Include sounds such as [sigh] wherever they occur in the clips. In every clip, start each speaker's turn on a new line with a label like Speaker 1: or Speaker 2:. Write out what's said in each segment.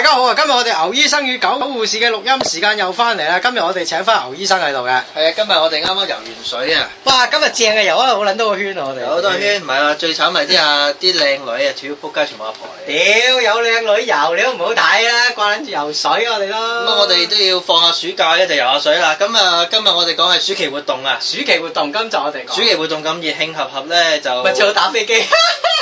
Speaker 1: 家好啊！今日我哋牛醫生與狗護士嘅錄音時間又翻嚟啦。今日我哋請翻牛醫生喺度嘅。
Speaker 2: 係啊，今日我哋啱啱游完水啊，
Speaker 1: 哇！今日正嘅遊啊，好撚多個圈啊！我哋
Speaker 2: 游好多。圈，唔係啊，最慘係啲啊啲靚女啊，屌仆街全部阿婆嚟。
Speaker 1: 屌，有靚女遊你都唔好睇啦，掛撚住游水我哋
Speaker 2: 咁
Speaker 1: 咯。
Speaker 2: 啊，我哋都要放下暑假咧，就游下水啦。咁啊，今日我哋講係暑期活動啊，
Speaker 1: 暑期活動，今集我哋講。
Speaker 2: 暑期活動咁熱慶合合咧就
Speaker 1: 咪最好打飛機。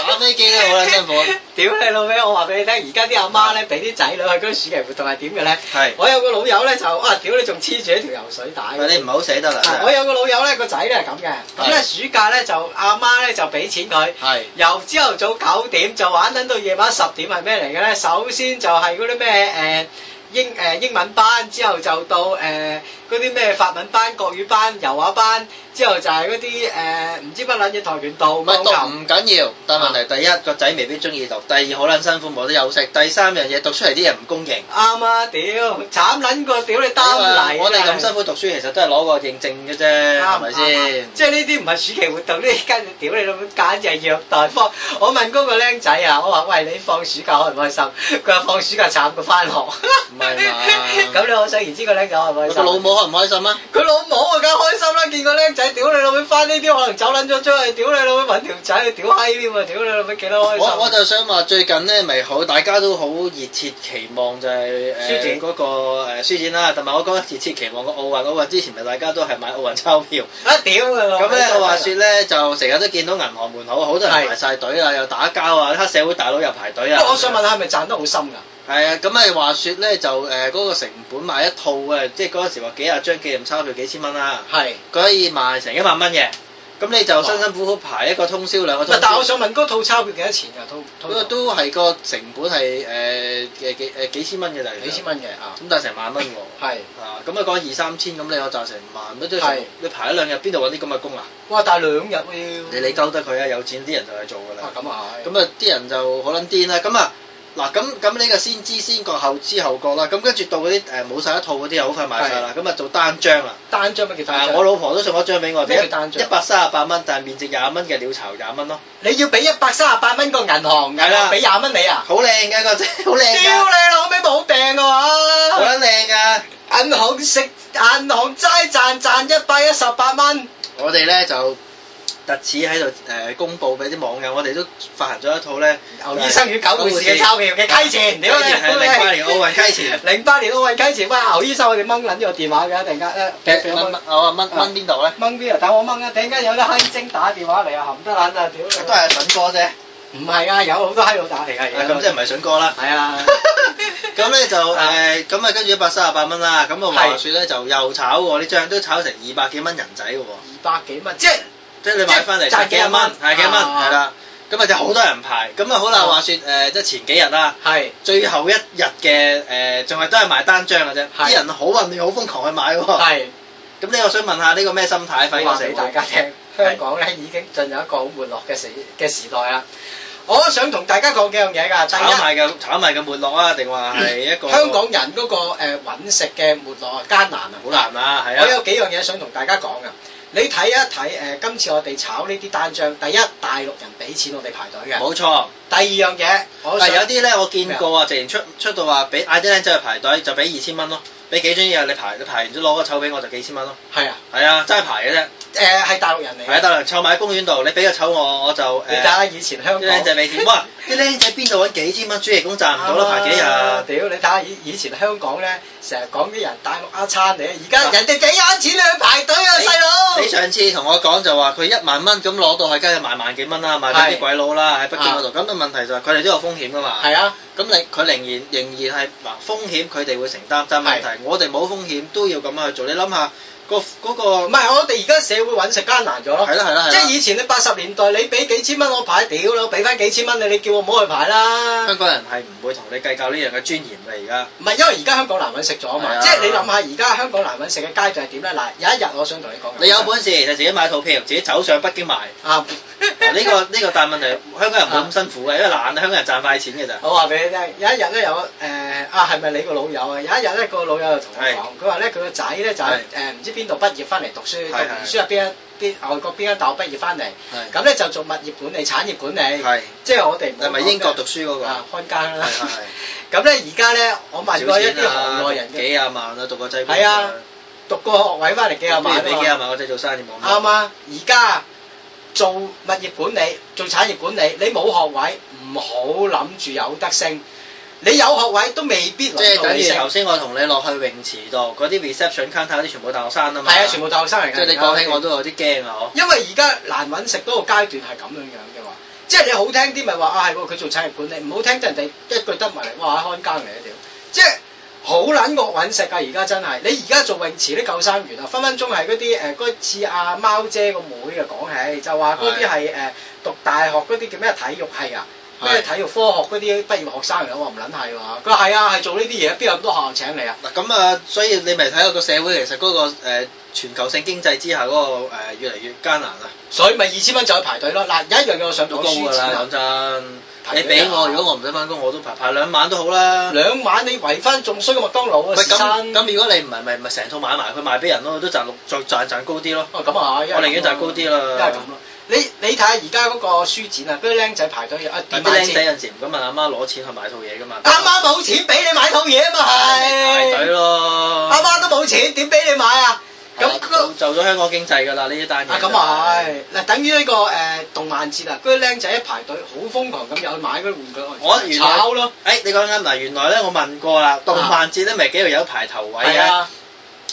Speaker 2: 打飛機都啊好撚辛苦。
Speaker 1: [laughs] 屌你老味！我話俾你聽，而家啲阿媽咧，俾啲仔女去嗰啲暑期活動係點嘅咧？
Speaker 2: 係
Speaker 1: 我有個老友咧就啊，屌你仲黐住一條游水帶。
Speaker 2: 喂你唔好死得啦，
Speaker 1: 啊我有個老友咧，個仔咧係咁嘅，咁咧暑假咧就阿媽咧就俾錢佢，
Speaker 2: 係
Speaker 1: 由朝頭早九點就玩撚到夜晚十點係咩嚟嘅咧？首先就係嗰啲咩誒英誒、英文班，之後就到誒嗰啲咩法文班、國語班、油畫班，之後就係嗰啲誒唔知乜撚嘢跆拳道、
Speaker 2: 唔係
Speaker 1: 網
Speaker 2: 讀
Speaker 1: 球。
Speaker 2: 唔緊要，但問題第一個仔未必中意讀，第二好撚辛苦冇得休息，第三樣嘢讀出嚟啲人唔公認。
Speaker 1: 啱啊！屌，慘撚過屌你擔泥。
Speaker 2: 啊我哋咁
Speaker 1: 真係
Speaker 2: 辛苦讀書，其實都係攞個認證嘅啫，係咪
Speaker 1: 啊啱
Speaker 2: 先
Speaker 1: 啊啊？即係呢啲唔係暑期活動，呢啲跟住屌你老母，簡直係虐待放。我問嗰個僆仔啊，我話喂你放暑假開唔開心？佢話放暑假慘過翻學。
Speaker 2: 係
Speaker 1: 唔
Speaker 2: 嘛
Speaker 1: [laughs] 咁你可想而知個僆仔開唔開
Speaker 2: 佢
Speaker 1: 心？
Speaker 2: 個老母開唔開心啊？
Speaker 1: 佢老母啊，梗係開心啦！見個僆仔，屌你老母翻呢啲，可能走撚咗出去，屌你老母揾條仔去屌閪添啊！屌你老母幾多開
Speaker 2: 我我
Speaker 1: 心？
Speaker 2: 就想話最近咧，咪好大家都好熱切期望就係
Speaker 1: 書
Speaker 2: 誒
Speaker 1: 展
Speaker 2: 嗰個誒書展啦，同埋我講熱切期望個奧運，奧運之前咪大家都係買奧運鈔票。
Speaker 1: 啊屌佢老母！
Speaker 2: 咁咧，我話説咧，就成日都見到銀行門口好多人
Speaker 1: 係
Speaker 2: 排晒隊啊，又打交啊，黑社會大佬又排隊
Speaker 1: 不
Speaker 2: 啊。
Speaker 1: 過我想問下，係咪賺得好深㗎？
Speaker 2: 係啊，咁咪話説咧，就誒嗰、個成本買一套嘅，即係嗰陣時話幾廿張紀念鈔票幾千蚊啦，
Speaker 1: 係。
Speaker 2: 可以賣成一萬蚊嘅。咁你就
Speaker 1: 哇
Speaker 2: 辛辛苦苦排一個通宵兩個通
Speaker 1: 但
Speaker 2: 宵。
Speaker 1: 係我想問嗰套鈔票幾多錢㗎？套
Speaker 2: 啊嗰個
Speaker 1: 套
Speaker 2: 都係個成本係誒誒幾誒幾千蚊嘅就係，
Speaker 1: 幾千
Speaker 2: 蚊，
Speaker 1: 蚊嘅啊！
Speaker 2: 咁但係成萬蚊喎。
Speaker 1: 係。
Speaker 2: 啊，咁啊講二三千，咁你我賺成萬，咁即
Speaker 1: 係
Speaker 2: 係你排一兩日邊度揾啲咁嘅工啊？
Speaker 1: 哇！但係兩日喎要。
Speaker 2: 你理鳩得佢啊，有錢啲人就去做㗎啦
Speaker 1: 啊。咁啊嗯係。
Speaker 2: 咁啊啲人就好撚癲啦，咁啊嗱咁咁呢個先知先覺後知後覺啦，咁跟住到嗰啲誒冇晒一套嗰啲又好快賣晒啦，咁啊做單張啦。
Speaker 1: 單張咪叫單
Speaker 2: 啊！
Speaker 1: 張。
Speaker 2: 我老婆都送咗張俾我
Speaker 1: 咩
Speaker 2: 哋，
Speaker 1: 叫單張
Speaker 2: 一百三十八蚊，但係面值廿蚊嘅鳥巢廿蚊咯，
Speaker 1: 你要俾一百三十八蚊個銀行，銀
Speaker 2: 係
Speaker 1: 行
Speaker 2: 啦
Speaker 1: 俾廿蚊你啊？
Speaker 2: 好靚嘅個真， [laughs] 好
Speaker 1: 屌
Speaker 2: 靚
Speaker 1: 你
Speaker 2: 㗎，
Speaker 1: 老味冇病嘅
Speaker 2: 好
Speaker 1: 喎！
Speaker 2: 撚靚㗎。
Speaker 1: 銀行食銀行齋賺賺一百一十八蚊，
Speaker 2: 我哋咧就特此喺度誒公佈俾啲網友，我哋都發行咗一套咧
Speaker 1: 牛醫生與狗護士嘅鈔票嘅溪錢，屌你！
Speaker 2: 係零八年奧運溪錢。
Speaker 1: 零八年奧運溪錢，喂牛醫生，我哋掹撚咗個電話嘅，突然間誒，俾俾
Speaker 2: 掹
Speaker 1: 我掹
Speaker 2: 掹我
Speaker 1: 啊
Speaker 2: 掹掹哦邊度咧？
Speaker 1: 掹邊啊？等我掹啊！突然間有啲閪精打電話嚟啊，含得撚啊！屌你！
Speaker 2: 都係筍哥啫，
Speaker 1: 唔係啊？有好多閪佬打嚟㗎，而家
Speaker 2: 咁即係唔係筍哥啦。
Speaker 1: [laughs] 係啊。
Speaker 2: 咁咧就誒，咁啊跟住一百三十八蚊啦，咁啊
Speaker 1: 係
Speaker 2: 話説咧就又炒喎，呢張都炒成二百幾蚊人仔嘅喎，
Speaker 1: 二百幾蚊，即係
Speaker 2: 即係你買翻嚟
Speaker 1: 即係賺
Speaker 2: 賺幾廿蚊，
Speaker 1: 幾廿蚊
Speaker 2: 係幾廿蚊，
Speaker 1: 啊
Speaker 2: 係啦，咁啊就好多人排，咁啊好啦，
Speaker 1: 啊
Speaker 2: 話説誒，即係前幾日啦。
Speaker 1: 係
Speaker 2: 最後一日嘅誒，仲係都係賣單張嘅啫，
Speaker 1: 係
Speaker 2: 啲人好混亂，好瘋狂去買喎。
Speaker 1: 係，
Speaker 2: 咁呢個想問下呢個咩心態？
Speaker 1: 我
Speaker 2: 反
Speaker 1: 哦話
Speaker 2: 映社
Speaker 1: 俾
Speaker 2: 會
Speaker 1: 大家聽，香港咧已經進入一個好沒落嘅時嘅時代啦。我想同大家講幾樣嘢㗎，第
Speaker 2: 炒
Speaker 1: 一，
Speaker 2: 賣嘅炒賣嘅沒落啊，定話係一個
Speaker 1: [coughs] 香港人嗰個誒揾食嘅沒落啊，艱難啊，
Speaker 2: 好難啊，係
Speaker 1: 我
Speaker 2: 啊，
Speaker 1: 有幾樣嘢想同大家講㗎。你睇一睇誒，呃今次我哋炒呢啲單張，第一大陸人俾錢我哋排隊嘅，
Speaker 2: 冇錯。
Speaker 1: 第二樣嘢，我
Speaker 2: 但
Speaker 1: 想
Speaker 2: 係有啲咧，我見過啊，直情出出到話俾嗌啲僆仔去排隊，就俾二千蚊咯，俾幾張嘢你排，你排完咗攞個籌俾我就幾千蚊咯。
Speaker 1: 係啊，
Speaker 2: 係啊，真係排嘅啫。
Speaker 1: 誒係大陸人嚟
Speaker 2: 係啊，
Speaker 1: 嘅，
Speaker 2: 得啦，湊埋喺公園度，你俾個籌我，我就
Speaker 1: 你睇
Speaker 2: 誒
Speaker 1: 下以前香
Speaker 2: 啲僆
Speaker 1: 港
Speaker 2: 仔。俾錢。哇！啲僆仔邊度揾幾千蚊暑期工賺唔到啦，排幾
Speaker 1: 啊
Speaker 2: 日。
Speaker 1: 屌你睇下以以前香港咧，成日講啲人大陸阿呃餐嚟，而家人哋俾啱錢你去排隊啊，
Speaker 2: 啊你
Speaker 1: 細佬
Speaker 2: 你。上次同我講就話佢一萬蚊咁攞到去，梗係賣萬幾蚊啦，賣俾
Speaker 1: 係啊
Speaker 2: 啲鬼佬啦，喺北京嗰度。咁嘅問題就係佢哋都有風險噶嘛。
Speaker 1: 係啊，
Speaker 2: 咁你佢仍然仍然係嗱風險，佢哋會承擔。但係問題我哋冇風險都要咁樣去做。你諗下個嗰個
Speaker 1: 唔係我哋而家社會揾食艱難咗咯。
Speaker 2: 係啊啦係啦係
Speaker 1: 哦即係
Speaker 2: 啦。
Speaker 1: 以前你八十年代，你俾幾千蚊我排，屌你，我俾翻幾千蚊你，你叫我唔好去排啦。
Speaker 2: 香港人係唔會同你計較呢樣嘅尊嚴嘅而家。
Speaker 1: 唔係因為而家香港難揾食咗啊
Speaker 2: 係
Speaker 1: 嘛，
Speaker 2: 啊
Speaker 1: 即係你諗下而家香港難揾食嘅階段係點咧？嗱，有一日我想同你講，
Speaker 2: 你有本事就自己買套票，自己走上北京賣。
Speaker 1: 啊？
Speaker 2: 嗱呢個呢個大問題，香港人冇咁辛苦嘅，因為懶啊，香港人賺快錢嘅咋。
Speaker 1: 我話俾你聽，有一日咧有誒、啊係咪你個老友啊？有一日咧個老友就同我講，佢話咧佢個仔咧就係
Speaker 2: 係
Speaker 1: 誒唔知邊度畢業翻嚟讀書，
Speaker 2: 係
Speaker 1: 讀完書入邊一邊外國邊間大學畢業翻嚟，
Speaker 2: 係
Speaker 1: 咁咧就做物業管理、產業管理，
Speaker 2: 係
Speaker 1: 即係我哋
Speaker 2: 係咪英國讀書嗰個？
Speaker 1: 啊看更啦
Speaker 2: 係。係
Speaker 1: 咁咧而家咧我問過一
Speaker 2: 少
Speaker 1: 啲
Speaker 2: 錢啊
Speaker 1: 行外人
Speaker 2: 幾
Speaker 1: 嘅，
Speaker 2: 廿萬啊，讀個仔
Speaker 1: 係啊讀過學位翻嚟幾廿萬啊
Speaker 2: 俾幾
Speaker 1: 嘛
Speaker 2: 廿萬我仔做生意冇
Speaker 1: 啱啊！而家做物業管理、做產業管理，你冇學位，唔好諗住有得升。你有學位都未必
Speaker 2: 即係
Speaker 1: 輪到
Speaker 2: 等
Speaker 1: 你
Speaker 2: 於頭
Speaker 1: 升。
Speaker 2: 先我同你落去泳池度，嗰啲 reception counter 嗰啲全部大學生啊嘛。
Speaker 1: 係啊，全部大學生嚟㗎。
Speaker 2: 即係你講起我都有啲驚啊！我
Speaker 1: 因為而家難揾食嗰個階段係咁樣樣嘅話，即係你好聽啲咪話啊係喎，佢做產業管理，唔好聽得人哋一句得埋嚟，哇看更嚟一屌，即係好撚惡揾食啊！而家真係，你而家做泳池啲救生員啊，分分鐘係嗰啲誒嗰次阿貓姐個妹啊講起，就話嗰啲係誒讀大學嗰啲叫咩體育系啊。咩
Speaker 2: 係
Speaker 1: 體育科學嗰啲畢業學生嚟，我話唔撚係喎，佢話係啊，係做呢啲嘢，邊有咁多學校請你啊？
Speaker 2: 嗱咁啊，所以你咪睇到個社會其實嗰、個、呃、全球性經濟之下嗰、個、呃、越嚟越艱難啊，
Speaker 1: 所以咪二千蚊就去排隊咯。嗱，有一樣嘢我想
Speaker 2: 都
Speaker 1: 講
Speaker 2: 高㗎
Speaker 1: 輸錢啊
Speaker 2: 啦，講真。
Speaker 1: 排隊
Speaker 2: 你
Speaker 1: 啊
Speaker 2: 俾我，如果我唔使翻工，我都排排兩晚都好啦。
Speaker 1: 兩晚你圍翻仲衰過麥當勞
Speaker 2: 喂，
Speaker 1: 啊！時
Speaker 2: 咁
Speaker 1: 薪
Speaker 2: 咁如果你唔係咪咪成套買埋佢賣俾人咯，都賺六再賺賺高啲咯。
Speaker 1: 哦咁啊，因為
Speaker 2: 我寧願就係高啲啦
Speaker 1: 因為咁咯。你你睇下而家嗰個書展啊，嗰啲僆仔排隊啊，
Speaker 2: 但
Speaker 1: 點
Speaker 2: 啲
Speaker 1: 買
Speaker 2: 僆仔
Speaker 1: 先？
Speaker 2: 有陣時唔敢問阿媽攞錢去買套嘢㗎嘛。
Speaker 1: 阿媽冇錢俾你買套嘢啊
Speaker 2: 咪排
Speaker 1: 嘛
Speaker 2: 隊
Speaker 1: 係，
Speaker 2: 咯。
Speaker 1: 阿媽都冇錢，點俾你買啊？咁嗰
Speaker 2: 咁就咗香港經濟㗎啦，呢一單嘢。
Speaker 1: 啊咁啊係，嗱等於呢個誒動漫節啊，嗰啲僆仔一排隊好瘋狂咁入去買嗰啲玩具，
Speaker 2: 我原來
Speaker 1: 炒咯，
Speaker 2: 誒，哎你講啱嗱，原來咧我問過啦，動漫節咧咪幾度有排頭位
Speaker 1: 啊係
Speaker 2: 啊？
Speaker 1: 啊，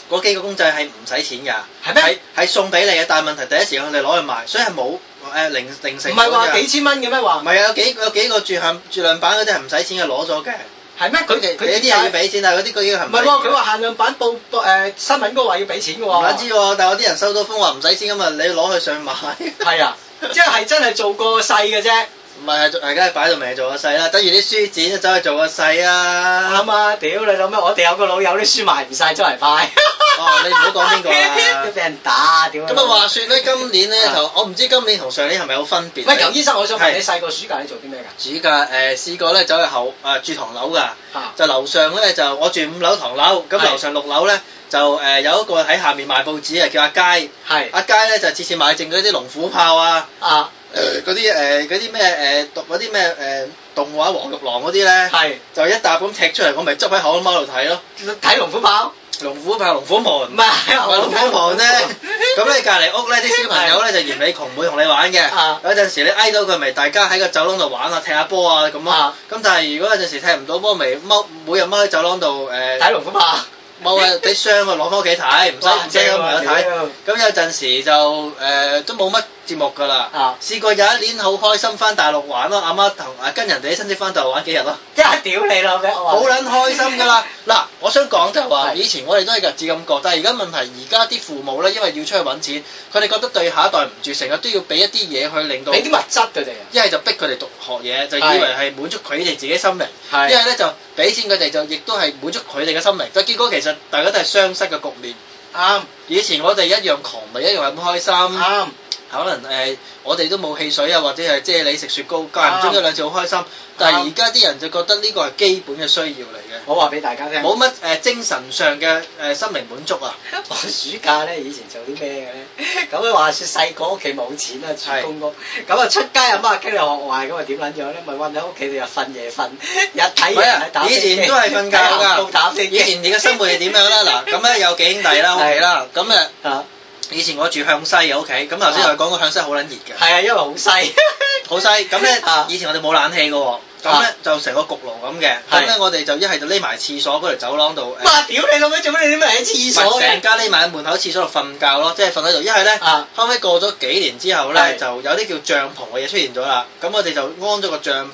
Speaker 2: 嗰幾個公仔係唔使錢㗎，
Speaker 1: 係咩
Speaker 2: 係係送俾你嘅，但係問題第一時間佢哋攞去賣，所以係冇誒零零
Speaker 1: 唔
Speaker 2: 成本㗎。
Speaker 1: 係話幾千蚊嘅咩
Speaker 2: 啊唔
Speaker 1: 話？
Speaker 2: 係啊，有幾有幾個住限住量版嗰啲係唔使錢嘅攞咗嘅，
Speaker 1: 係咩？佢哋
Speaker 2: 佢呢
Speaker 1: 佢
Speaker 2: 啲係要俾錢，但係嗰啲嗰啲係
Speaker 1: 唔
Speaker 2: 唔
Speaker 1: 係
Speaker 2: 使
Speaker 1: 喎，
Speaker 2: 錢
Speaker 1: 佢話限量版報報誒新聞嗰個話要俾錢嘅
Speaker 2: 唔撚
Speaker 1: 喎
Speaker 2: 知。喎，但係有啲人收到風話唔使錢咁啊，你攞去上買。
Speaker 1: 係啊，即係真係做過細嘅啫，
Speaker 2: [laughs] 唔係，係梗係擺到明做個細啦，等於啲書展走去做個細啊。
Speaker 1: 啱啊！屌你老咩？我哋有個老友啲書賣唔晒，周圍派。
Speaker 2: [laughs] 哦你唔好講邊個啊啦
Speaker 1: [laughs] 俾人打屌！
Speaker 2: 咁啊，話説咧，今年咧
Speaker 1: 啊
Speaker 2: 就我唔知今年同上年係咪有分別？
Speaker 1: 喂，牛醫生，我想問你
Speaker 2: 係
Speaker 1: 細個暑假你做啲咩㗎？
Speaker 2: 暑假誒試過咧走去後誒住唐樓㗎，
Speaker 1: 嚇
Speaker 2: 就樓上咧就我住五樓唐樓，咁
Speaker 1: 啊係
Speaker 2: 樓上六樓咧就誒有一個喺下面賣報紙啊，叫阿佳。
Speaker 1: 係
Speaker 2: 阿佳咧就次次買剩嗰啲龍虎豹啊，
Speaker 1: 啊，
Speaker 2: 誒嗰啲誒嗰啲咩誒動嗰啲咩誒動畫黃玉郎嗰啲咧，
Speaker 1: 係
Speaker 2: 就一沓咁踢出嚟，我咪執喺口踎度睇咯。
Speaker 1: 睇龍虎豹，
Speaker 2: 龍虎豹、龍虎門
Speaker 1: 唔。係
Speaker 2: 我老母望咧，咁你隔離屋咧啲小朋友咧就嫌你窮，唔會同你玩嘅
Speaker 1: 啊。
Speaker 2: 有陣時你挨到佢，咪大家喺個走廊度玩啊，踢下波啊咁咯
Speaker 1: 啊。
Speaker 2: 咁但係如果有陣時踢唔到波，咪踎每日踎喺走廊度呃誒
Speaker 1: 睇龍虎豹，
Speaker 2: 踎
Speaker 1: [laughs]
Speaker 2: 啊啲箱啊攞翻屋企睇，唔使
Speaker 1: 哇
Speaker 2: 唔使咁
Speaker 1: 正啊
Speaker 2: 樣睇
Speaker 1: 屌。
Speaker 2: 咁有陣時就誒都冇乜節目㗎啦
Speaker 1: 啊。
Speaker 2: 試過有一年好開心翻大陸玩咯，阿媽同啊跟人哋啲親戚翻大陸玩幾日咯。
Speaker 1: 一係屌你老咩？我話
Speaker 2: 好撚開心㗎
Speaker 1: [laughs]
Speaker 2: 啦！嗱，我想講就係話，
Speaker 1: 係
Speaker 2: 以前我哋都係日子咁過，但係而家問題，而家啲父母咧，因為要出去揾錢，佢哋覺得對下一代唔住，成日都要俾一啲嘢去令到，
Speaker 1: 俾啲
Speaker 2: 一
Speaker 1: 物質佢哋啊，
Speaker 2: 係就逼佢哋讀學嘢，就以
Speaker 1: 係
Speaker 2: 為係滿足佢哋自己心靈；
Speaker 1: 係
Speaker 2: 一係咧就俾錢佢哋，就亦都係滿足佢哋嘅心靈。但結果其實大家都係雙失嘅局面。
Speaker 1: 啱
Speaker 2: 以前我哋一樣狂咪一樣咁開心，
Speaker 1: 啱
Speaker 2: 可能誒、呃我哋都冇汽水啊，或者係啫喱食雪糕，間唔中一兩次好開心。
Speaker 1: 啊
Speaker 2: 但係而家啲人就覺得呢個係基本嘅需要嚟嘅。
Speaker 1: 我話俾大家聽，
Speaker 2: 冇乜誒精神上嘅誒心靈滿足啊，
Speaker 1: 我暑假咧以前做啲咩嘅咧？咁啊話説細個屋企冇錢啦，
Speaker 2: 係
Speaker 1: 住公屋，咁啊出街阿媽驚你學壞，咁啊點撚樣咧？咪韞喺屋企你又瞓夜瞓，日睇
Speaker 2: 唔係
Speaker 1: 人
Speaker 2: 啊
Speaker 1: 係打，
Speaker 2: 以
Speaker 1: 飛機
Speaker 2: 前都係瞓覺
Speaker 1: [laughs] 睇鹹報打
Speaker 2: 㗎，
Speaker 1: 飛機
Speaker 2: 以前你嘅生活係點樣啦？
Speaker 1: [laughs]
Speaker 2: 嗱，咁咧有幾兄弟啦，屋企啦，咁誒
Speaker 1: 啊
Speaker 2: 以前我住向西嘅屋企，咁頭先我講過向西好撚熱嘅，
Speaker 1: 係啊，因為好細，
Speaker 2: [laughs] 好西，咁咧
Speaker 1: [laughs] 啊
Speaker 2: 以前我哋冇冷氣嘅喎，咁咧就成個焗爐咁嘅，咁咧
Speaker 1: 係
Speaker 2: 我哋就一係就匿埋廁所嗰條走廊度，誒
Speaker 1: 哇！屌你老味，做咩你點解喺廁所
Speaker 2: 成
Speaker 1: 嘅？
Speaker 2: 家匿埋喺門口廁所度瞓覺咯，即係瞓喺度，一係咧。
Speaker 1: 啊
Speaker 2: 後尾過咗幾年之後咧，
Speaker 1: 係
Speaker 2: 就有啲叫帳篷嘅嘢出現咗啦。咁我哋就安咗個帳篷，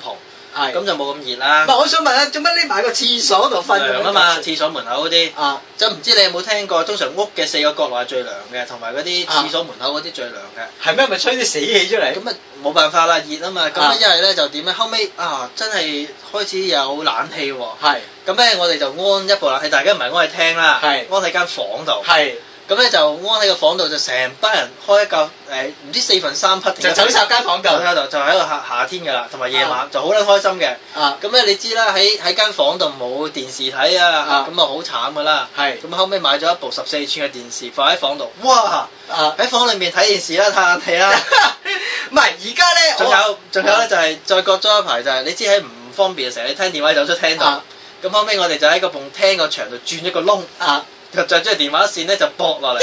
Speaker 1: 係
Speaker 2: 咁
Speaker 1: 咁。
Speaker 2: 就冇咁熱啦
Speaker 1: 唔。係，我想問下，啊做乜匿埋個廁所度瞓
Speaker 2: 涼啊嘛，廁所門口嗰啲，
Speaker 1: 啊
Speaker 2: 就唔知你有冇聽過？通常屋嘅四個角落係最涼嘅，同埋嗰啲
Speaker 1: 啊
Speaker 2: 廁所門口嗰啲最涼嘅。
Speaker 1: 係咩？咪吹啲死氣出嚟？
Speaker 2: 咁啊冇辦法啦，熱啊嘛。咁啊
Speaker 1: 啊
Speaker 2: 一係咧就點咧？後尾啊真係開始有冷氣喎。
Speaker 1: 係
Speaker 2: 咁咧我哋就安一部冷氣，大家唔係安喺廳啦，
Speaker 1: 係
Speaker 2: 安喺間房度。
Speaker 1: 係
Speaker 2: 咁咧就安喺個房度就成班人開一嚿誒唔知四分三匹定
Speaker 1: 就
Speaker 2: 一匹
Speaker 1: 走晒間房度
Speaker 2: 就喺度就喺度夏夏天㗎啦，同埋夜晚就好撚開心嘅。
Speaker 1: 啊，
Speaker 2: 咁咧你知啦，喺喺間房度冇電視睇啊
Speaker 1: 啊，
Speaker 2: 咁啊好慘㗎啦。
Speaker 1: 係
Speaker 2: 咁後尾買咗一部十四寸嘅電視放喺房度，哇！
Speaker 1: 啊，
Speaker 2: 喺房裏面睇電視啦，嘆氣
Speaker 1: [laughs]
Speaker 2: 啦。
Speaker 1: 唔係而家咧，
Speaker 2: 啊仲有仲有咧就
Speaker 1: 就
Speaker 2: 係再割咗一排就係你知喺唔方便嘅時候，你聽電話走出廳度
Speaker 1: 啊。
Speaker 2: 咁後尾我哋就喺個埲廳個牆度轉咗個窿，
Speaker 1: 啊，
Speaker 2: 就將條電話線咧就駁
Speaker 1: [laughs]
Speaker 2: 落嚟。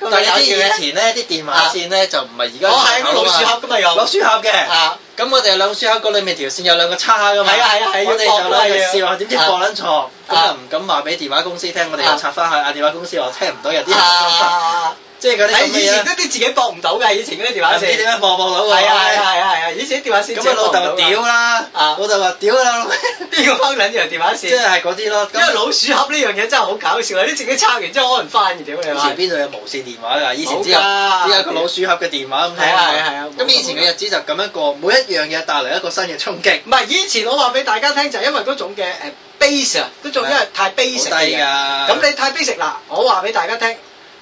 Speaker 2: 但係你知以前咧啲電話線咧就唔係而
Speaker 1: 我
Speaker 2: 家。啊
Speaker 1: 係個老鼠盒噶嘛又
Speaker 2: 老鼠盒嘅。
Speaker 1: 啊，
Speaker 2: 咁我哋有兩個書口嗰裏面條線有兩個叉噶嘛，
Speaker 1: 係啊係啊係要
Speaker 2: 我哋就攞嚟試
Speaker 1: 駁㗎
Speaker 2: 話，
Speaker 1: 嘛
Speaker 2: 點知
Speaker 1: 要
Speaker 2: 放撚錯，咁
Speaker 1: 啊
Speaker 2: 啊唔敢話俾電話公司聽，我哋又
Speaker 1: 啊
Speaker 2: 拆翻去，啊電話公司話聽唔到有啲人咁
Speaker 1: 啊，
Speaker 2: 即係嗰啲
Speaker 1: 喺
Speaker 2: 咁
Speaker 1: 以前
Speaker 2: 嘅啊
Speaker 1: 嗰啲自己駁唔到嘅，以前嗰啲電話
Speaker 2: 嘢，唔知點
Speaker 1: 線，
Speaker 2: 樣放放到喎。
Speaker 1: 係啊係啊係啊係啊，以前啲電話線
Speaker 2: 咁啊老豆屌啦，
Speaker 1: 啊
Speaker 2: 老豆話屌啦，老味
Speaker 1: 邊個掹撚住電話
Speaker 2: 即
Speaker 1: 線？
Speaker 2: 係嗰啲咯。
Speaker 1: 因為老鼠盒呢樣嘢真係好搞笑啊！你自己拆完之後可能翻嘅屌你
Speaker 2: 以
Speaker 1: 話
Speaker 2: 啊前。邊度有無線電話㗎？以前只有
Speaker 1: 冇㗎
Speaker 2: 只有個老鼠盒嘅電話咁聽
Speaker 1: 係啊係啊係啊
Speaker 2: 咁以前嘅日子就咁樣過，每一樣嘢帶嚟一個新嘅衝擊。
Speaker 1: 唔係以前我話俾大家聽就係因為嗰種嘅誒 base 啊，嗰種因為太
Speaker 2: 好
Speaker 1: basic
Speaker 2: 低
Speaker 1: 嘅嘢
Speaker 2: 㗎，
Speaker 1: 咁你太 basic 啦，我話俾大家聽，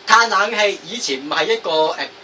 Speaker 1: 嘆冷氣以前唔係一個誒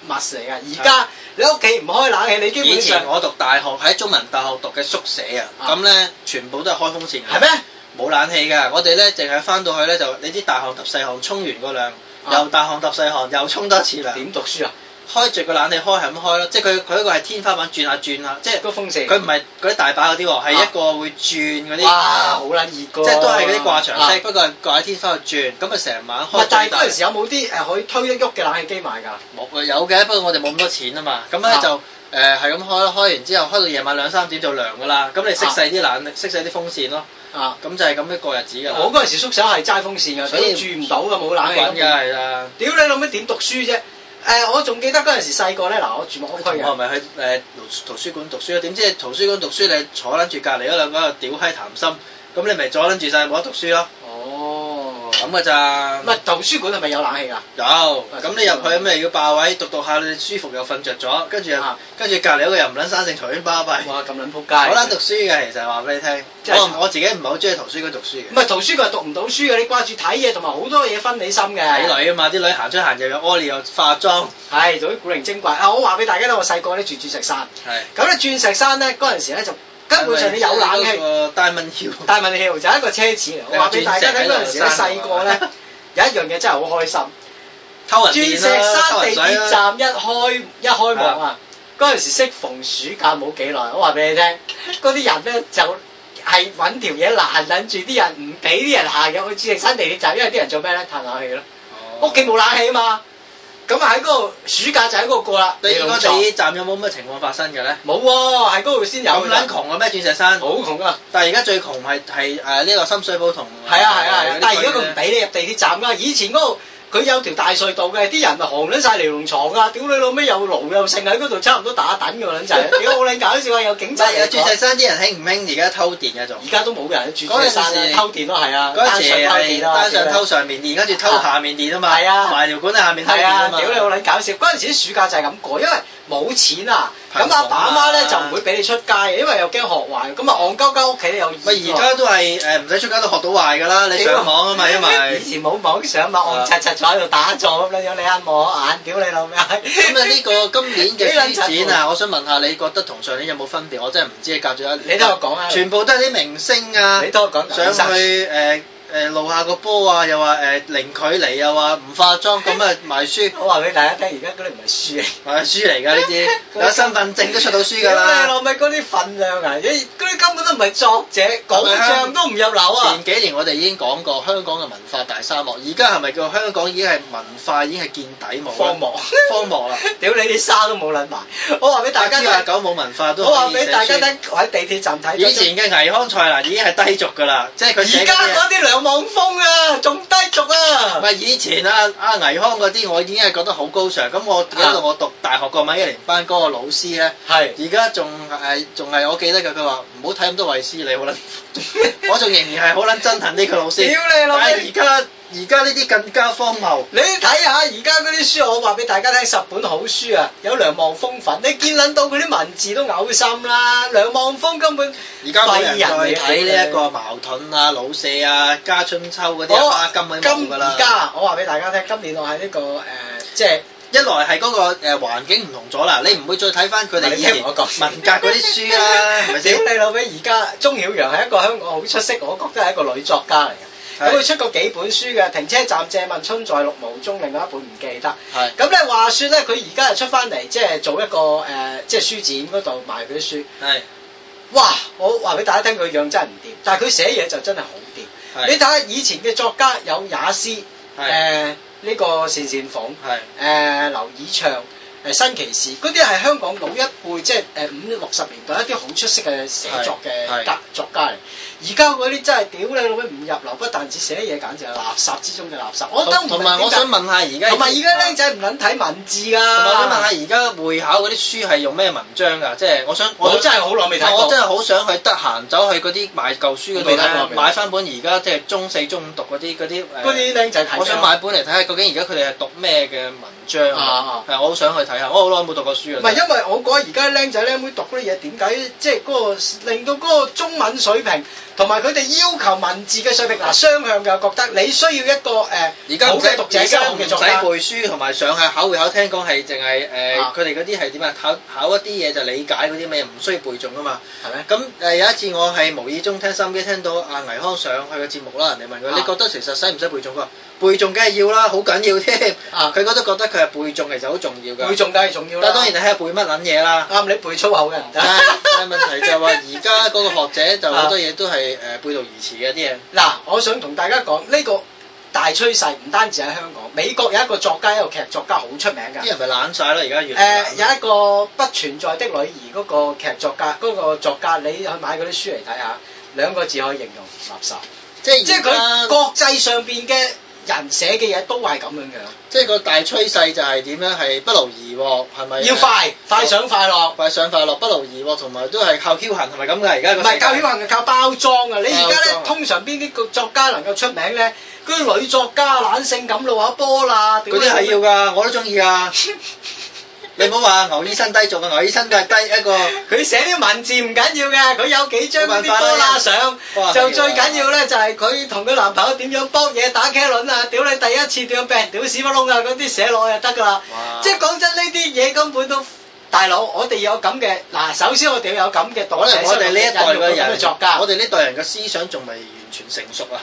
Speaker 1: 物嚟㗎，而家你屋企唔開冷氣，你基
Speaker 2: 以
Speaker 1: 本
Speaker 2: 前
Speaker 1: 上
Speaker 2: 我讀大學喺中文大學讀嘅宿舍啊，
Speaker 1: 啊
Speaker 2: 咁咧全部都係開風扇嘅，
Speaker 1: 係咩？
Speaker 2: 冇冷氣㗎。我哋咧淨係翻到去咧就你知大汗揼細汗，沖完個涼，
Speaker 1: 啊
Speaker 2: 又大汗揼細汗，又沖多次涼，
Speaker 1: 點讀書啊？
Speaker 2: 開住個冷氣開係咁開咯，即係佢佢嗰個係天花板轉下轉下，即係
Speaker 1: 個風扇
Speaker 2: 佢唔係嗰啲大把嗰啲喎，係
Speaker 1: 啊
Speaker 2: 一個會轉嗰啲，啊
Speaker 1: 哇，好撚熱㗎！
Speaker 2: 即係都係嗰啲掛牆式，
Speaker 1: 啊
Speaker 2: 不過係掛喺天花度轉，咁啊成晚
Speaker 1: 唔係
Speaker 2: 開。
Speaker 1: 但係嗰陣時有冇啲誒可以推得喐嘅冷氣機賣㗎？
Speaker 2: 冇誒有嘅，不過我哋冇咁多錢啊嘛，咁咧
Speaker 1: 啊
Speaker 2: 就誒係咁開，開完之後開到夜晚兩三點就涼噶啦，咁你熄細啲冷，熄細啲風扇咯，
Speaker 1: 啊！
Speaker 2: 咁就係咁樣過日子㗎啦
Speaker 1: 我。嗰陣時宿舍係齋風扇㗎，
Speaker 2: 所
Speaker 1: 所
Speaker 2: 以
Speaker 1: 以住唔到㗎，冇
Speaker 2: 冷滾
Speaker 1: 冷氣
Speaker 2: 㗎。係啦，
Speaker 1: 屌你老味點讀書啫？誒，我仲記得嗰陣時細個咧，嗱，我住木屋區
Speaker 2: 我
Speaker 1: 啊嘅，
Speaker 2: 哦咪去誒圖圖書館讀書咯，點知圖書館讀書你坐撚住隔離嗰兩個喺度屌閪談心，咁你咪坐撚住晒冇得讀書咯，
Speaker 1: 哦，
Speaker 2: 咁啊㗎咋
Speaker 1: 唔？係圖書館係咪有冷氣㗎？啊
Speaker 2: 有，咁你入去咁咪要霸位，讀讀下你舒服又瞓着咗，跟住又
Speaker 1: 啊
Speaker 2: 跟住隔離嗰個又唔撚生性，隨便巴閉。
Speaker 1: 哇，咁撚仆街！
Speaker 2: 我撚讀書嘅，其實話俾你聽，
Speaker 1: 即係
Speaker 2: 我我自己唔係好中意圖書館讀書嘅
Speaker 1: 唔。係圖書館係讀唔到書嘅，你掛住睇嘢同埋好多嘢分你心嘅。
Speaker 2: 睇女啊嘛，啲女行出行入又屙尿又化妝，
Speaker 1: 係做啲古靈精怪啊！我話俾大家聽，我細個咧住鑽石山，
Speaker 2: 係
Speaker 1: 咁咧鑽石山咧嗰陣時咧就根本上你有冷氣，
Speaker 2: 個大蚊跳，
Speaker 1: 但係問題就係一個奢侈嚟。我話俾大家聽嗰陣時
Speaker 2: 啊
Speaker 1: 咧細個咧有一樣嘢真係好開心，
Speaker 2: [laughs] 偷人
Speaker 1: 鑽石
Speaker 2: 電啦，
Speaker 1: 山
Speaker 2: 偷人
Speaker 1: 地
Speaker 2: 水
Speaker 1: 鐵
Speaker 2: 啦，
Speaker 1: 站一開一開幕啊！嗰陣時適逢暑假冇幾耐，我話俾你聽，嗰啲人咧就係揾條嘢攔撚住啲人，唔俾啲人行入去鑽石山地鐵站，因為啲人做咩咧？嘆冷氣咯。
Speaker 2: 哦
Speaker 1: 屋企冇冷氣啊嘛，咁喺嗰度暑假就喺嗰度過啦。
Speaker 2: 你
Speaker 1: 冇
Speaker 2: 嗰地
Speaker 1: 錯
Speaker 2: 鐵站有冇乜情況發生嘅咧？
Speaker 1: 冇喎，喺嗰度先有
Speaker 2: 咁撚
Speaker 1: 㗎。
Speaker 2: 窮嘅咩鑽石山？
Speaker 1: 好窮啊！
Speaker 2: 但係而家最窮係係誒呢個深水埗同
Speaker 1: 係啊係啊係啊！但係而家佢唔
Speaker 2: 俾，
Speaker 1: 俾你入地鐵站㗎。以前嗰度佢有條大隧道嘅，啲人咪行撚晒嚟龍床啊！屌你老味，又勞又剩喺嗰度，差唔多打等㗎
Speaker 2: [laughs]
Speaker 1: 撚滯。屌好撚搞笑啊！有警察
Speaker 2: 但係
Speaker 1: 嚟
Speaker 2: 有鑽石
Speaker 1: 講。
Speaker 2: 山啲人興唔興而家偷電啊嘅仲
Speaker 1: 而？家都冇人住住山
Speaker 2: 嗰陣時
Speaker 1: 啊，偷電咯係啊，
Speaker 2: 嗰陣
Speaker 1: 單
Speaker 2: 時
Speaker 1: 上偷
Speaker 2: 係
Speaker 1: 電啊，
Speaker 2: 單上偷上面電，跟住偷下面電啊嘛，
Speaker 1: 係啊
Speaker 2: 埋條管喺下面偷電
Speaker 1: 係啊，
Speaker 2: 啊嘛，
Speaker 1: 屌你好撚搞笑！嗰陣時啲暑假就係咁過，因為冇錢啊，
Speaker 2: 貧窮
Speaker 1: 咁
Speaker 2: 啊
Speaker 1: 阿爸阿媽咧就唔會俾你出街嘅，因為又驚學壞，咁啊戇鳩鳩屋企啊有
Speaker 2: 咪而家都係誒唔使出街都學到壞㗎啦，你上網啊嘛，因為
Speaker 1: 以。前冇網上嘛，
Speaker 2: 啊
Speaker 1: 戇柒柒坐喺度打坐咁樣樣，你啱我眼，屌你老味！
Speaker 2: 咁
Speaker 1: 咁
Speaker 2: 啊，呢個今
Speaker 1: [laughs]
Speaker 2: 年嘅書
Speaker 1: 呢撚柒
Speaker 2: 展啊，我想問下你覺得同上年有冇分別？我真係唔知，隔咗一年。
Speaker 1: 你聽我講啊
Speaker 2: 全部都係啲明星啊，
Speaker 1: 你聽我講
Speaker 2: 上去誒誒露下個波啊，又話誒零距離，又話唔化妝咁
Speaker 1: [laughs]
Speaker 2: 啊賣書，
Speaker 1: 我話俾大家聽，而家嗰啲唔係書嚟。
Speaker 2: 賣書嚟㗎呢
Speaker 1: [laughs]
Speaker 2: 啲，有身份證都出到書㗎
Speaker 1: 屌你
Speaker 2: 啦。
Speaker 1: 哎老味，嗰啲份量啊，你嗰啲根本都唔係作者，講像都唔入流啊！
Speaker 2: 前幾年我哋已經講過香港嘅文化大沙漠，而家係咪叫香港已經係文化已經係見底冇啊？
Speaker 1: 荒漠
Speaker 2: 荒漠啊啦！
Speaker 1: [laughs] 屌你啲沙都冇撚埋，我話俾大
Speaker 2: 八
Speaker 1: 家
Speaker 2: 九啊
Speaker 1: 聽。
Speaker 2: 九冇文化都可以
Speaker 1: 我話俾大家
Speaker 2: 寫書
Speaker 1: 聽，我喺地鐵站睇。
Speaker 2: 以前嘅倪康蔡瀾已經係低俗㗎啦，即係佢
Speaker 1: 哎而
Speaker 2: 寫
Speaker 1: 家
Speaker 2: 嗰啲嘢
Speaker 1: 嗰啲兩網風啊，仲低俗
Speaker 2: 唔
Speaker 1: 啊！
Speaker 2: 係以前啊啊倪康嗰啲，我已經係覺得好高尚。咁我記得
Speaker 1: 啊
Speaker 2: 我讀大學個米一年班嗰個老師咧，
Speaker 1: 係
Speaker 2: 而家仲係仲係我記得嘅，佢話唔 [laughs] 好睇咁多衛斯理，好撚，我仲仍然係好撚憎恨呢個老師。
Speaker 1: 屌你老味
Speaker 2: 但係而家而家呢啲更加荒謬。
Speaker 1: 你睇下而家嗰啲書，我話俾大家聽，十本好書啊，有梁望峰份，你見撚到嗰啲文字都嘔心啦。梁望峰根本
Speaker 2: 而家冇人
Speaker 1: 廢嚟
Speaker 2: 再
Speaker 1: 嘅
Speaker 2: 睇呢一個矛盾啊、老舍啊、家春秋嗰啲
Speaker 1: 我
Speaker 2: 花金嗰啲冇㗎啦
Speaker 1: 而。家我話俾大家聽，今年我喺呢個誒，即係
Speaker 2: 一來係嗰個誒環境唔同咗啦，你唔會再睇翻佢哋以前
Speaker 1: 你聽
Speaker 2: 文
Speaker 1: 我
Speaker 2: 革
Speaker 1: 講
Speaker 2: 嗰啲
Speaker 1: [laughs]
Speaker 2: 書啦，係咪 [laughs] 先
Speaker 1: 屌？你老味！而家鐘曉陽係一個香港好出色，我覺得係一個女作家嚟嘅。咁
Speaker 2: 係
Speaker 1: 佢出過幾本書嘅，《停車站借問春在綠無蹤》，另外一本唔啊記得。
Speaker 2: 係
Speaker 1: 咁咧話説咧，佢而家係出翻嚟，即係做一個誒、即係書展嗰度賣佢啲書。
Speaker 2: 係
Speaker 1: 哇！我話俾大家聽，佢樣真係唔掂，但係佢寫嘢就真係好掂。你睇
Speaker 2: 係
Speaker 1: 下以前嘅作家有也斯，誒呢、
Speaker 2: 係
Speaker 1: 個單善鳳，誒、
Speaker 2: 係
Speaker 1: 劉以暢，誒、新奇士，嗰啲係香港老一輩，即係誒五六十年代一啲好出色嘅寫作嘅
Speaker 2: 係
Speaker 1: 家作家嚟。而家嗰啲真係屌你老味唔入流，不但止寫嘢，簡直係垃圾之中嘅垃圾。我都唔
Speaker 2: 同埋我想問下而家
Speaker 1: 同埋而家僆仔唔啊撚睇文字㗎。
Speaker 2: 同埋我想問下而家會考嗰啲書係用咩文章㗎？即係我想
Speaker 1: 我真係好耐未睇過
Speaker 2: 我真係好想去得閒走去嗰啲賣舊書嗰度
Speaker 1: 未睇過未睇
Speaker 2: 咧，
Speaker 1: 過
Speaker 2: 買翻本而家即係中四、中五讀嗰啲嗰啲
Speaker 1: 嗰
Speaker 2: 誒。
Speaker 1: 啲僆仔睇咩啊。
Speaker 2: 我想買本嚟睇下究竟而家佢哋係讀咩嘅文章
Speaker 1: 啊
Speaker 2: 啊？係我好想去睇下，我好耐冇讀過書啊
Speaker 1: 唔
Speaker 2: 啦。
Speaker 1: 係，因為我覺得而家僆仔僆妹讀嗰啲嘢點解，即係嗰個令到嗰個中文水平同埋佢哋要求文字嘅水平嗱雙向嘅，我覺得你需要一個誒
Speaker 2: 而家
Speaker 1: 好
Speaker 2: 唔使
Speaker 1: 嘅讀者
Speaker 2: 而家
Speaker 1: 生
Speaker 2: 唔
Speaker 1: 嘅
Speaker 2: 使
Speaker 1: 作家，
Speaker 2: 背書，同埋上下考會考，聽講係淨係誒
Speaker 1: 啊
Speaker 2: 佢哋嗰啲係點啊？考考一啲嘢就理解嗰啲咩，唔需要背誦啊嘛。
Speaker 1: 係咪？
Speaker 2: 咁誒、呃有一次我係無意中聽心機聽到阿倪康上去嘅節目啦，人哋問佢、
Speaker 1: 啊
Speaker 2: 你覺得其實使唔使背誦？佢話背誦梗係要啦，好緊要添。
Speaker 1: 啊
Speaker 2: 佢嗰都覺得佢係背誦其實好重要
Speaker 1: 背
Speaker 2: 㗎。
Speaker 1: 誦梗係重要
Speaker 2: 但係
Speaker 1: 啦，
Speaker 2: 當然你睇下背乜撚嘢
Speaker 1: [laughs]
Speaker 2: 啦。
Speaker 1: 啱你背粗口嘅唔
Speaker 2: [laughs]
Speaker 1: 得
Speaker 2: 但。係但係問題就係話而家嗰個學者就好多嘢都係誒呃背道而馳嘅啲嘢。
Speaker 1: [laughs] 嗱，我想同大家講呢個大趨勢唔單止喺香港，美國有一個作家，一個劇作家好出名㗎
Speaker 2: 啲。人咪懶晒咯，而家越嚟越
Speaker 1: 誒、
Speaker 2: 懶
Speaker 1: 有一個不存在的女兒嗰個劇作家，嗰、個作家你去買嗰啲書嚟睇下，兩個字可以形容垃圾。
Speaker 2: 即係
Speaker 1: 即係
Speaker 2: 而家
Speaker 1: 佢國際上邊嘅人寫嘅嘢都係咁樣樣，
Speaker 2: 即係個大趨勢就係點樣係不勞而獲，係咪？啊
Speaker 1: 要快快上快落，
Speaker 2: 快上快落，不勞而獲，同埋都係靠僥倖，係咪咁㗎？而家個
Speaker 1: 唔係
Speaker 2: 世界
Speaker 1: 教曉行係靠包裝啊！你而家
Speaker 2: 包
Speaker 1: 咧
Speaker 2: 裝啊
Speaker 1: 通常邊啲個作家能夠出名咧？嗰啲女作家懶性咁露下波啦，屌
Speaker 2: 嗰啲係
Speaker 1: 你
Speaker 2: 要
Speaker 1: [laughs]
Speaker 2: 㗎，我都中意㗎。你唔好話牛醫生低俗啊，牛醫生梗係
Speaker 1: [laughs]
Speaker 2: 低一個。
Speaker 1: 佢寫啲文字唔緊要嘅，佢有幾張嗰啲波啦相
Speaker 2: 冇辦法啦，
Speaker 1: 就最緊要咧就係佢同佢男朋友點樣搏嘢打茄輪啊！屌你第一次點樣俾人屌屎忽窿啊！嗰啲寫落就得㗎啦
Speaker 2: 哇。
Speaker 1: 即係講真，呢啲嘢根本都大佬，我哋有咁嘅嗱，首先我哋要有咁嘅讀
Speaker 2: 可
Speaker 1: 者
Speaker 2: 能我哋呢一代嘅
Speaker 1: 引入咁
Speaker 2: 人，
Speaker 1: 嘅作家，
Speaker 2: 我哋呢代人嘅思想仲未完全成熟啊，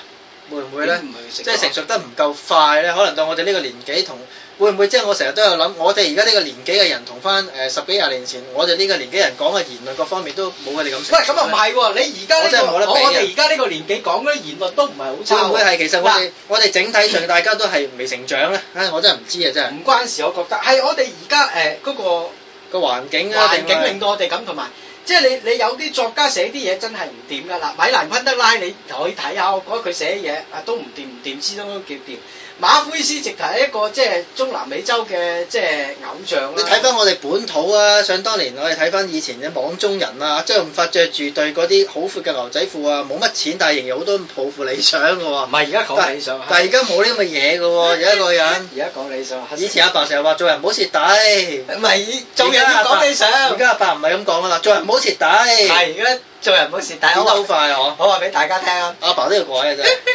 Speaker 2: 會唔會咧？
Speaker 1: 唔會成
Speaker 2: 即
Speaker 1: 熟啊
Speaker 2: 係成熟得唔夠快咧？可能到我哋呢個年紀同會唔會即係我成日都有諗，我哋而家呢個年紀嘅人同翻誒十幾廿年前我哋呢個年紀人講嘅言論各方面都冇佢哋咁成熟。
Speaker 1: 喂咁啊唔係喎，你而家
Speaker 2: 我真
Speaker 1: 呢
Speaker 2: 係
Speaker 1: 個
Speaker 2: 冇得比
Speaker 1: 我
Speaker 2: 啊
Speaker 1: 我哋而家呢個年紀講嗰啲言論都唔係好差
Speaker 2: 會
Speaker 1: 喎。
Speaker 2: 唔會係其實我
Speaker 1: 嗱
Speaker 2: 哋我哋整體上大家都係未成長咧？唉，我真係唔知啊，真係
Speaker 1: 唔關事，我覺得係我哋而家誒嗰個。
Speaker 2: 個環境啊，
Speaker 1: 環
Speaker 2: 定
Speaker 1: 境
Speaker 2: 係
Speaker 1: 令到我哋咁，同埋即係你你有啲作家寫啲嘢真係唔掂噶啦。米蘭昆德拉你可以睇下，我覺得佢寫嘢啊都唔掂唔掂，之中都叫掂。馬奎斯直頭係一個即係中南美洲嘅即係偶像
Speaker 2: 你
Speaker 1: 啦。
Speaker 2: 睇翻我哋本土啊，想當年我哋睇翻以前嘅網中人啊，周潤發着住對嗰啲好闊嘅牛仔褲啊，冇乜錢，但係仍然好多抱負理想嘅喎、
Speaker 1: 唔係而家講理想啊，
Speaker 2: 但係而家冇呢咁嘅嘢嘅喎，有一個人。
Speaker 1: 而家講理想啊，
Speaker 2: 以前阿爸成日話做人唔好蝕底，
Speaker 1: 唔係做人要講理想，
Speaker 2: 而家阿爸唔係咁講噶啦，做人唔好蝕底，
Speaker 1: 係而家做人冇事，但
Speaker 2: 變得好
Speaker 1: 係我話
Speaker 2: 快啊！
Speaker 1: 我話俾大家聽啊。
Speaker 2: 阿爸都要改嘅真係。
Speaker 1: [laughs]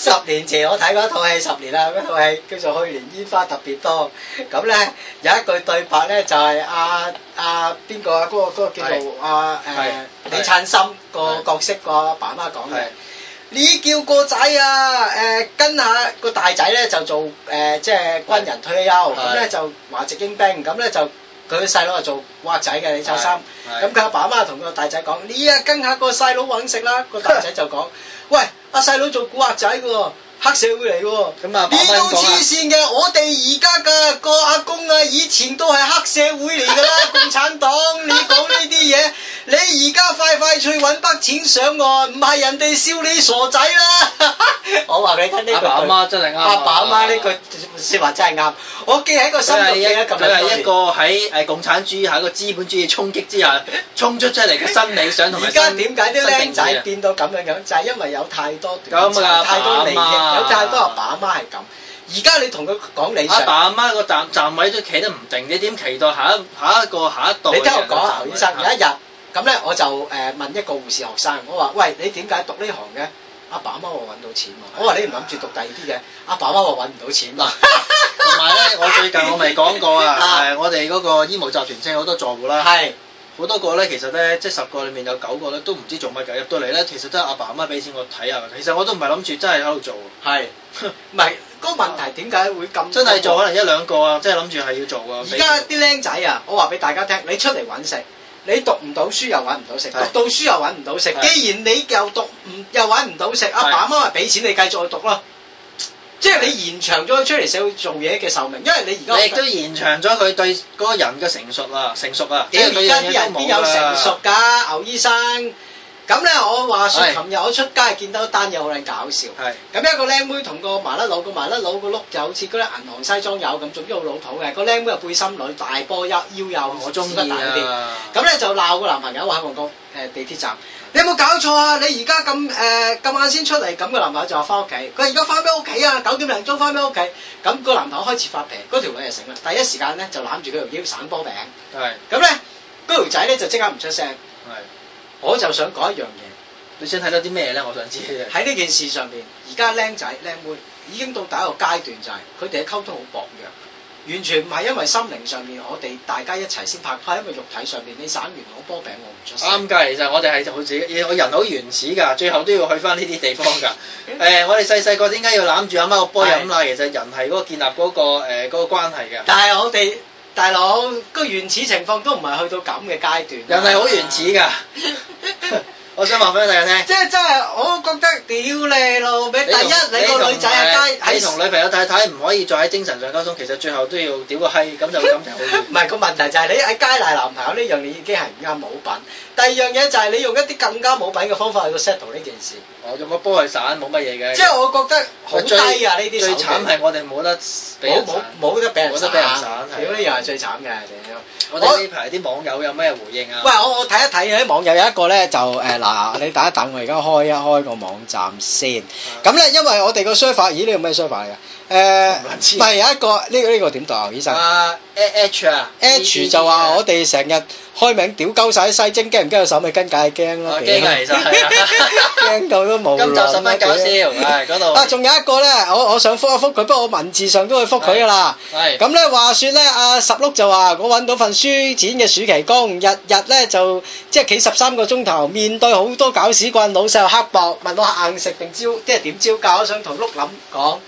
Speaker 1: 十年前我睇過一套戲，十年啦，嗰套戲叫做《去年煙花特別多》。咁咧有一句對白咧就係阿阿邊個啊？嗰、個嗰個叫做阿誒
Speaker 2: 係
Speaker 1: 李燦森個
Speaker 2: 係
Speaker 1: 角色個阿爸媽講嘅
Speaker 2: 係。
Speaker 1: 你叫個仔啊，誒、跟下個大仔咧就做誒、即係軍人退休，咁咧
Speaker 2: 係
Speaker 1: 就華籍英兵，咁咧就佢細佬就做畫仔嘅李燦森。
Speaker 2: 係
Speaker 1: 咁佢阿爸阿媽同個大仔講：你啊跟下個細佬揾食啦。個大仔就講：喂，阿細佬做古惑仔嘅喎，黑社會嚟嘅喎。
Speaker 2: 咁啊爸
Speaker 1: 你
Speaker 2: 媽
Speaker 1: 都
Speaker 2: 咁講
Speaker 1: 黐
Speaker 2: 啦
Speaker 1: 線嘅，我哋而家嘅個阿公啊，以前都係黑社會嚟
Speaker 2: [laughs]
Speaker 1: 㗎啦，共產黨。你講呢啲嘢，你而家快快脆揾筆錢上岸，唔係
Speaker 2: [laughs]
Speaker 1: 人哋笑你傻仔啦。我話俾你聽呢句
Speaker 2: 阿
Speaker 1: 對。
Speaker 2: 爸阿媽真係啱啊
Speaker 1: 阿爸阿媽呢句説話真係啱。我記喺個心度
Speaker 2: 佢
Speaker 1: 記得
Speaker 2: 係
Speaker 1: 咁
Speaker 2: 佢
Speaker 1: 多
Speaker 2: 係一
Speaker 1: 年
Speaker 2: 個。喺誒共產主義下一個資本主義衝擊之下衝出出嚟嘅新理想同埋
Speaker 1: 而家
Speaker 2: 新
Speaker 1: 點解啲僆
Speaker 2: 新
Speaker 1: 仔
Speaker 2: 定義啊
Speaker 1: 變到咁樣樣？就係、因為有太多
Speaker 2: 咁嘅阿爸
Speaker 1: 太多利益，
Speaker 2: 阿媽啊
Speaker 1: 有太多阿爸阿媽係咁。而家你同佢講理
Speaker 2: 阿
Speaker 1: 想，
Speaker 2: 爸阿媽個站站位都企得唔定，你點期待下一下一個下一代嘅
Speaker 1: 你
Speaker 2: 人
Speaker 1: 聽
Speaker 2: 嘅站位？
Speaker 1: 我講啊，劉醫生，有
Speaker 2: 嚇
Speaker 1: 一日咁咧，我就誒、呃、問一個護士學生，我話：喂，你點解讀呢行嘅？阿爸阿媽話揾到錢喎。我話你唔諗住讀第二啲嘅，阿爸阿媽話揾唔
Speaker 2: [laughs]
Speaker 1: 到錢嘛。
Speaker 2: 同埋咧，我最近我咪講過
Speaker 1: [laughs]
Speaker 2: 啊，
Speaker 1: 啊
Speaker 2: 誒，我哋嗰個醫務集團請好多助護啦，
Speaker 1: 係
Speaker 2: 好多個咧，其實咧，即係十個裡面有九個咧都唔知做乜嘅，入到嚟咧，其實都係阿爸阿媽俾錢我睇下，其實我都唔係諗住真係喺度做，
Speaker 1: 係，唔係嗰個問
Speaker 2: 啊
Speaker 1: 題點解會咁？
Speaker 2: 真係做可能一兩個啊，即係諗住係要做啊。
Speaker 1: 而家啲僆仔啊，我話俾大家聽，你出嚟揾食，你讀唔到書又揾唔到食，讀
Speaker 2: 係
Speaker 1: 到書又揾唔到食。
Speaker 2: 係
Speaker 1: 既然你又讀唔又揾唔到食，阿
Speaker 2: 係
Speaker 1: 爸阿媽咪俾錢你繼續去讀咯。即係你延長咗佢出嚟社會做嘢嘅壽命，因為你而
Speaker 2: 你
Speaker 1: 家
Speaker 2: 亦都延長咗佢對嗰個人嘅成熟啊，成熟啊，即
Speaker 1: 屌
Speaker 2: 係佢
Speaker 1: 而家啲
Speaker 2: 樣嘢
Speaker 1: 人
Speaker 2: 都
Speaker 1: 邊
Speaker 2: 冇
Speaker 1: 有成
Speaker 2: 啦
Speaker 1: 熟。㗎，牛醫生。咁咧，我話
Speaker 2: 係
Speaker 1: 説，琴日我出街見到一單嘢好撚搞笑。
Speaker 2: 係
Speaker 1: 咁一個靚妹同個麻甩佬，個麻甩佬個碌就好似嗰啲銀行西裝友咁，總之好老土嘅。個靚妹又背心女，大波腰腰又
Speaker 2: 我中意
Speaker 1: 屎忽大啲
Speaker 2: 啊
Speaker 1: 咁咧就鬧個男朋友喺旺角誒地鐵站，你有冇搞錯啊？你而家咁誒咁晏先出嚟，咁個男朋友就話翻屋企。佢而家翻咩屋企啊？九點零鐘翻咩屋企？咁個男朋友開始發脾，嗰條女就醒啦，第一時間咧就攬住佢條腰散波餅。
Speaker 2: 係
Speaker 1: 咁咧嗰條仔咧就即刻唔出聲。
Speaker 2: 係，
Speaker 1: 我就想講一樣嘢。
Speaker 2: 你想睇到啲咩咧？我想知。
Speaker 1: 喺呢件事上面，而家僆仔僆妹已經到第一個階段，就係佢哋嘅溝通好薄弱，完全唔係因為心靈上面我哋大家一齊先拍拖，因為肉體上面你散完我波餅，我唔出
Speaker 2: 啱
Speaker 1: 聲。
Speaker 2: 㗎，其實我哋係好似我人好原始㗎，最後都要去翻呢啲地方
Speaker 1: [laughs]
Speaker 2: 㗎。誒、我哋細細個點解要攬住阿媽個波飲奶？其實人係嗰個建立嗰、個誒嗰、個關係㗎。
Speaker 1: 但係我哋大佬個原始情況都唔係去到咁嘅階段。
Speaker 2: 人係好原始。㗎。我想話俾大家聽，
Speaker 1: [laughs] 即係真係，我覺得屌你老味！第
Speaker 2: 同
Speaker 1: 一，你個女仔啊喺街
Speaker 2: 你同
Speaker 1: 喺。
Speaker 2: 女朋友太太唔可以再喺精神上溝通，其實最後都要屌個閪，咁就咁就好
Speaker 1: [laughs]
Speaker 2: 啲
Speaker 1: 唔係個問題就係你喺街賴男朋友呢樣嘢已經係唔啱冇品，第二樣嘢就係你用一啲更加冇品嘅方法去到 settle 呢件事。
Speaker 2: 我用個波去散冇乜嘢嘅。
Speaker 1: 即係我覺得好低啊！呢啲
Speaker 2: 最
Speaker 1: 手
Speaker 2: 慘係
Speaker 1: 段
Speaker 2: 我哋冇得俾
Speaker 1: 冇
Speaker 2: 人
Speaker 1: 冇
Speaker 2: 散。
Speaker 1: 冇得俾人
Speaker 2: 冇得俾人省係
Speaker 1: 屌呢樣係最慘嘅屌！
Speaker 2: 我哋呢排啲網友有咩回應啊？
Speaker 1: 喂，我我睇一睇有啲網友有一個咧就誒嗱，你等一等，我而家開一開個網站先。咁咧，因為我哋個 server，咦呢個咩 server 嚟㗎？誒
Speaker 2: 唔撚，知
Speaker 1: 唔係有一個呢個呢個點讀啊，醫生
Speaker 2: 啊 H 啊
Speaker 1: H 就話我哋成日開名屌鳩晒啲西精，驚唔驚佢手尾跟梗係驚啦，
Speaker 2: 我驚啊，其實係啊。
Speaker 1: [laughs] 驚到都冇。
Speaker 2: 今集十分搞笑，係嗰度
Speaker 1: 啊，仲有一個咧，我我想覆一覆佢，不過我文字上都會覆佢噶啦。
Speaker 2: 係
Speaker 1: 咁咧話説咧，阿十碌就話我揾到份書展嘅暑期工，日日咧就即係企十三個鐘頭，面對好多搞屎棍，老細又刻薄，問我硬食定招，即係點招教？我想同碌諗講。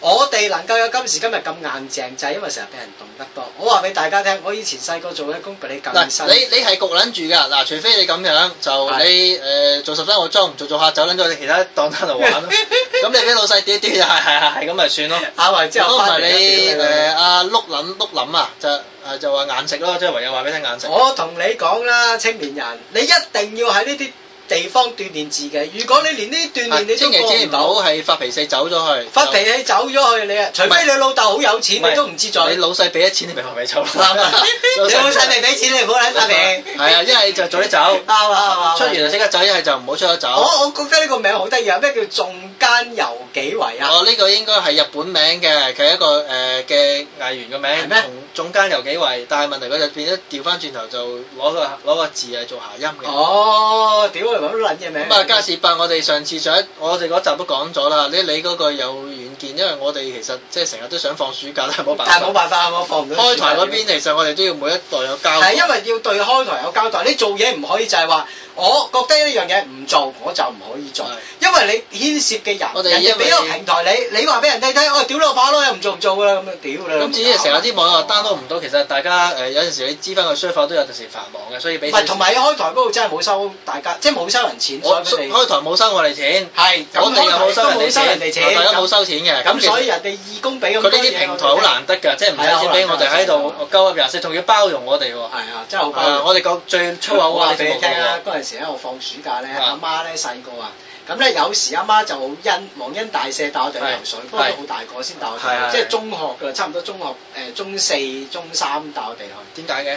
Speaker 1: 我哋能夠有今時今日咁硬淨，就係因為成日俾人動得多。我話俾大家聽，我以前細個做嘅工比你更辛
Speaker 2: 嗱，
Speaker 1: 苦。
Speaker 2: 你你係焗撚住㗎，嗱，除非你咁樣就
Speaker 1: 係
Speaker 2: 你誒做十三號裝唔做做下走撚咗去其他檔攤度玩
Speaker 1: [laughs]
Speaker 2: 咯，咁你俾老細屌屌就係係係係咁咪算咯。
Speaker 1: 咬埋之
Speaker 2: 如
Speaker 1: 後
Speaker 2: 果唔
Speaker 1: 翻
Speaker 2: 係
Speaker 1: 嚟一
Speaker 2: 你
Speaker 1: 屌你
Speaker 2: 誒阿碌撚碌撚啊，就誒就話眼食咯，即係唯有話俾你聽眼食。
Speaker 1: 我同你講啦，青年人，你一定要喺呢啲地方鍛鍊自己。如果你連呢啲鍛
Speaker 2: 啊
Speaker 1: 鍊你
Speaker 2: 千祈
Speaker 1: 都過
Speaker 2: 千祈
Speaker 1: 唔
Speaker 2: 唔
Speaker 1: 到，
Speaker 2: 好係發脾氣走咗去，
Speaker 1: 發脾氣走咗去你啊！除
Speaker 2: 唔係
Speaker 1: 非你老豆好有
Speaker 2: 就
Speaker 1: 錢，你都唔知
Speaker 2: 你
Speaker 1: 罪。
Speaker 2: 老細俾咗錢，你咪發脾氣走咯。
Speaker 1: [laughs]
Speaker 2: [laughs]
Speaker 1: 啱啊！你老細未俾錢，你唔好撚發脾氣。
Speaker 2: 係啊，一係就早啲走，
Speaker 1: 啱啊啱啊！啱啊
Speaker 2: 出完就即刻走，一係就唔好出咗走。
Speaker 1: 我我覺得呢個名好得意啊！咩叫仲奸由己為啊？
Speaker 2: 哦，呢個應該係日本名嘅，佢係一個誒嘅藝員嘅名，
Speaker 1: 係咩
Speaker 2: 同中間有幾位，但係問題佢就變咗調翻轉頭就攞個攞個字係做下音嘅。
Speaker 1: 哦，屌你揾撚嘢名。
Speaker 2: 咁啊，加士伯，我哋上次上一我哋嗰集都講咗啦，你你嗰個有遠見，因為我哋其實即係成日都想放暑假，但係 [laughs] 冇辦
Speaker 1: 但係冇
Speaker 2: 法。
Speaker 1: 辦法，我放唔到。
Speaker 2: 開台嗰邊其實我哋都要每一代有交代。
Speaker 1: 係啊因為要對開台有交代，你做嘢唔可以就係話，我覺得呢樣嘢唔做，我就唔可以做
Speaker 2: 係，
Speaker 1: 因為你牽涉嘅人，
Speaker 2: 我哋
Speaker 1: 人哋
Speaker 2: 因為
Speaker 1: 俾個平台你，你話俾人哋聽，我屌你個把咯，又唔做唔做㗎啦，咁樣屌你。
Speaker 2: 咁至於成日啲網友 download 唔到，其實大家誒有陣時你知翻個 server 都有陣時繁忙嘅，所以俾
Speaker 1: 唔係同埋開台嗰度真係冇收大家，即係冇收人錢，所
Speaker 2: 我
Speaker 1: 以佢哋
Speaker 2: 開台冇收我哋錢，
Speaker 1: 係咁
Speaker 2: 我哋又冇
Speaker 1: 開台
Speaker 2: 收
Speaker 1: 都
Speaker 2: 人
Speaker 1: 冇
Speaker 2: 哋
Speaker 1: 收人哋
Speaker 2: 錢，哦
Speaker 1: 錢，
Speaker 2: 大家冇收錢嘅。
Speaker 1: 咁
Speaker 2: 咁
Speaker 1: 所
Speaker 2: 所
Speaker 1: 以
Speaker 2: 以
Speaker 1: 人哋義工俾咁
Speaker 2: 佢
Speaker 1: 多
Speaker 2: 呢
Speaker 1: 嘢
Speaker 2: 啲平台好難得㗎，即係唔
Speaker 1: 啊
Speaker 2: 使錢俾我哋喺度鳩噏廿四，仲要包容我哋
Speaker 1: 我
Speaker 2: 喎
Speaker 1: 哋。係啊，真係好包
Speaker 2: 啊
Speaker 1: 容。
Speaker 2: 我哋講最粗口
Speaker 1: 我話
Speaker 2: 啊！
Speaker 1: 俾你聽
Speaker 2: 啊
Speaker 1: 啊！！嗰陣時咧，我放暑假咧，阿
Speaker 2: 啊
Speaker 1: 媽咧細個啊，咁咧有時阿媽就好恩忘恩大赦帶我哋去游水，
Speaker 2: 係
Speaker 1: 不過都好大個先帶我哋
Speaker 2: 係係
Speaker 1: 去，即係中學㗎啦，差唔多中學誒、中四、中三帶我哋去。
Speaker 2: 點解嘅？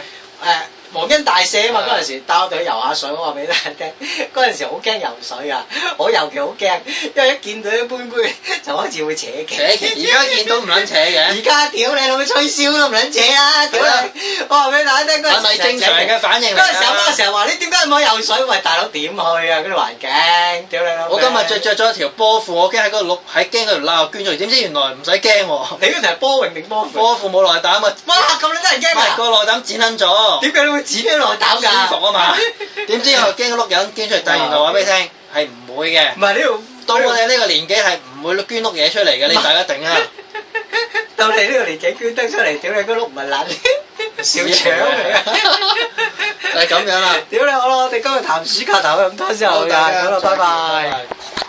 Speaker 1: 誒、皇恩大赦啊嘛！
Speaker 2: 係
Speaker 1: 嗰陣時帶我哋去游下水，我話俾大家聽， [laughs] 嗰陣時好驚游水啊！ [laughs] 我尤其好驚，因為一見到啲杯杯 [laughs] 就開始會扯嘅。
Speaker 2: 扯旗，而家見到唔撚扯
Speaker 1: [laughs] 而
Speaker 2: 嘅，
Speaker 1: 家屌你老味吹簫都唔撚扯啊！屌
Speaker 2: 係啊
Speaker 1: 你！我話俾大家聽，嗰
Speaker 2: 係
Speaker 1: 陣
Speaker 2: 咪
Speaker 1: 時
Speaker 2: 正
Speaker 1: 成日
Speaker 2: 常
Speaker 1: 扯旗
Speaker 2: 嘅反應嚟
Speaker 1: 嗰陣時阿媽
Speaker 2: 啊？
Speaker 1: 成日話：你點解唔去游水？喂，大佬點去啊？嗰啲環境，屌你老味！
Speaker 2: 我今日着着咗條波褲，我驚喺嗰度碌，喺驚嗰度鬧捐咗，點知原來唔使驚喎，
Speaker 1: 你嗰條係波泳定波褲？
Speaker 2: 波褲冇內膽啊！
Speaker 1: 哇！咁你真係
Speaker 2: 唔
Speaker 1: 驚
Speaker 2: 係
Speaker 1: 啊！
Speaker 2: 個內膽剪撚咗。
Speaker 1: 點解你會剪咗落膽㗎？
Speaker 2: 舒服啊嘛。點知我驚碌人捐出嚟，但係原來話俾你聽係唔會嘅
Speaker 1: [laughs] 唔。係呢度
Speaker 2: 到我哋呢個年紀係唔會捐碌嘢出嚟嘅，你大家定啊！
Speaker 1: 到你呢個年紀捐得出嚟，屌你個碌唔係撚，小腸嚟啊！
Speaker 2: 就係咁樣啦。
Speaker 1: 屌你好啦，我哋今日談暑假談到咁多先好㗎，
Speaker 2: 大家
Speaker 1: 好啦，拜拜。